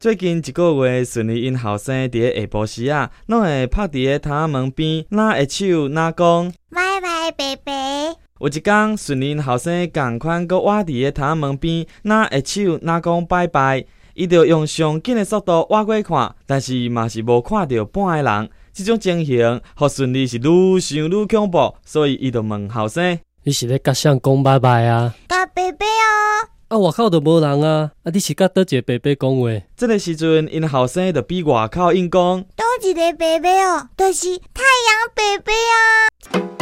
最近一个月，顺利因后生伫咧下晡时啊，拢会趴伫咧窗仔门边，哪会手哪讲。拜拜，伯伯。有一天，顺利因后生共款，搁倚伫咧窗仔门边，哪会手哪讲拜拜。伊着用上紧的速度挖过看，但是嘛是无看到半个人。即种情形，互顺利是愈想愈恐怖，所以伊着问后生。你是咧甲谁讲拜拜啊？甲伯伯哦，啊，外口都无人啊！啊，你是甲倒一个伯伯讲话？即个时阵，因后生着比外口因讲。倒一个伯伯哦，就是太阳伯伯啊。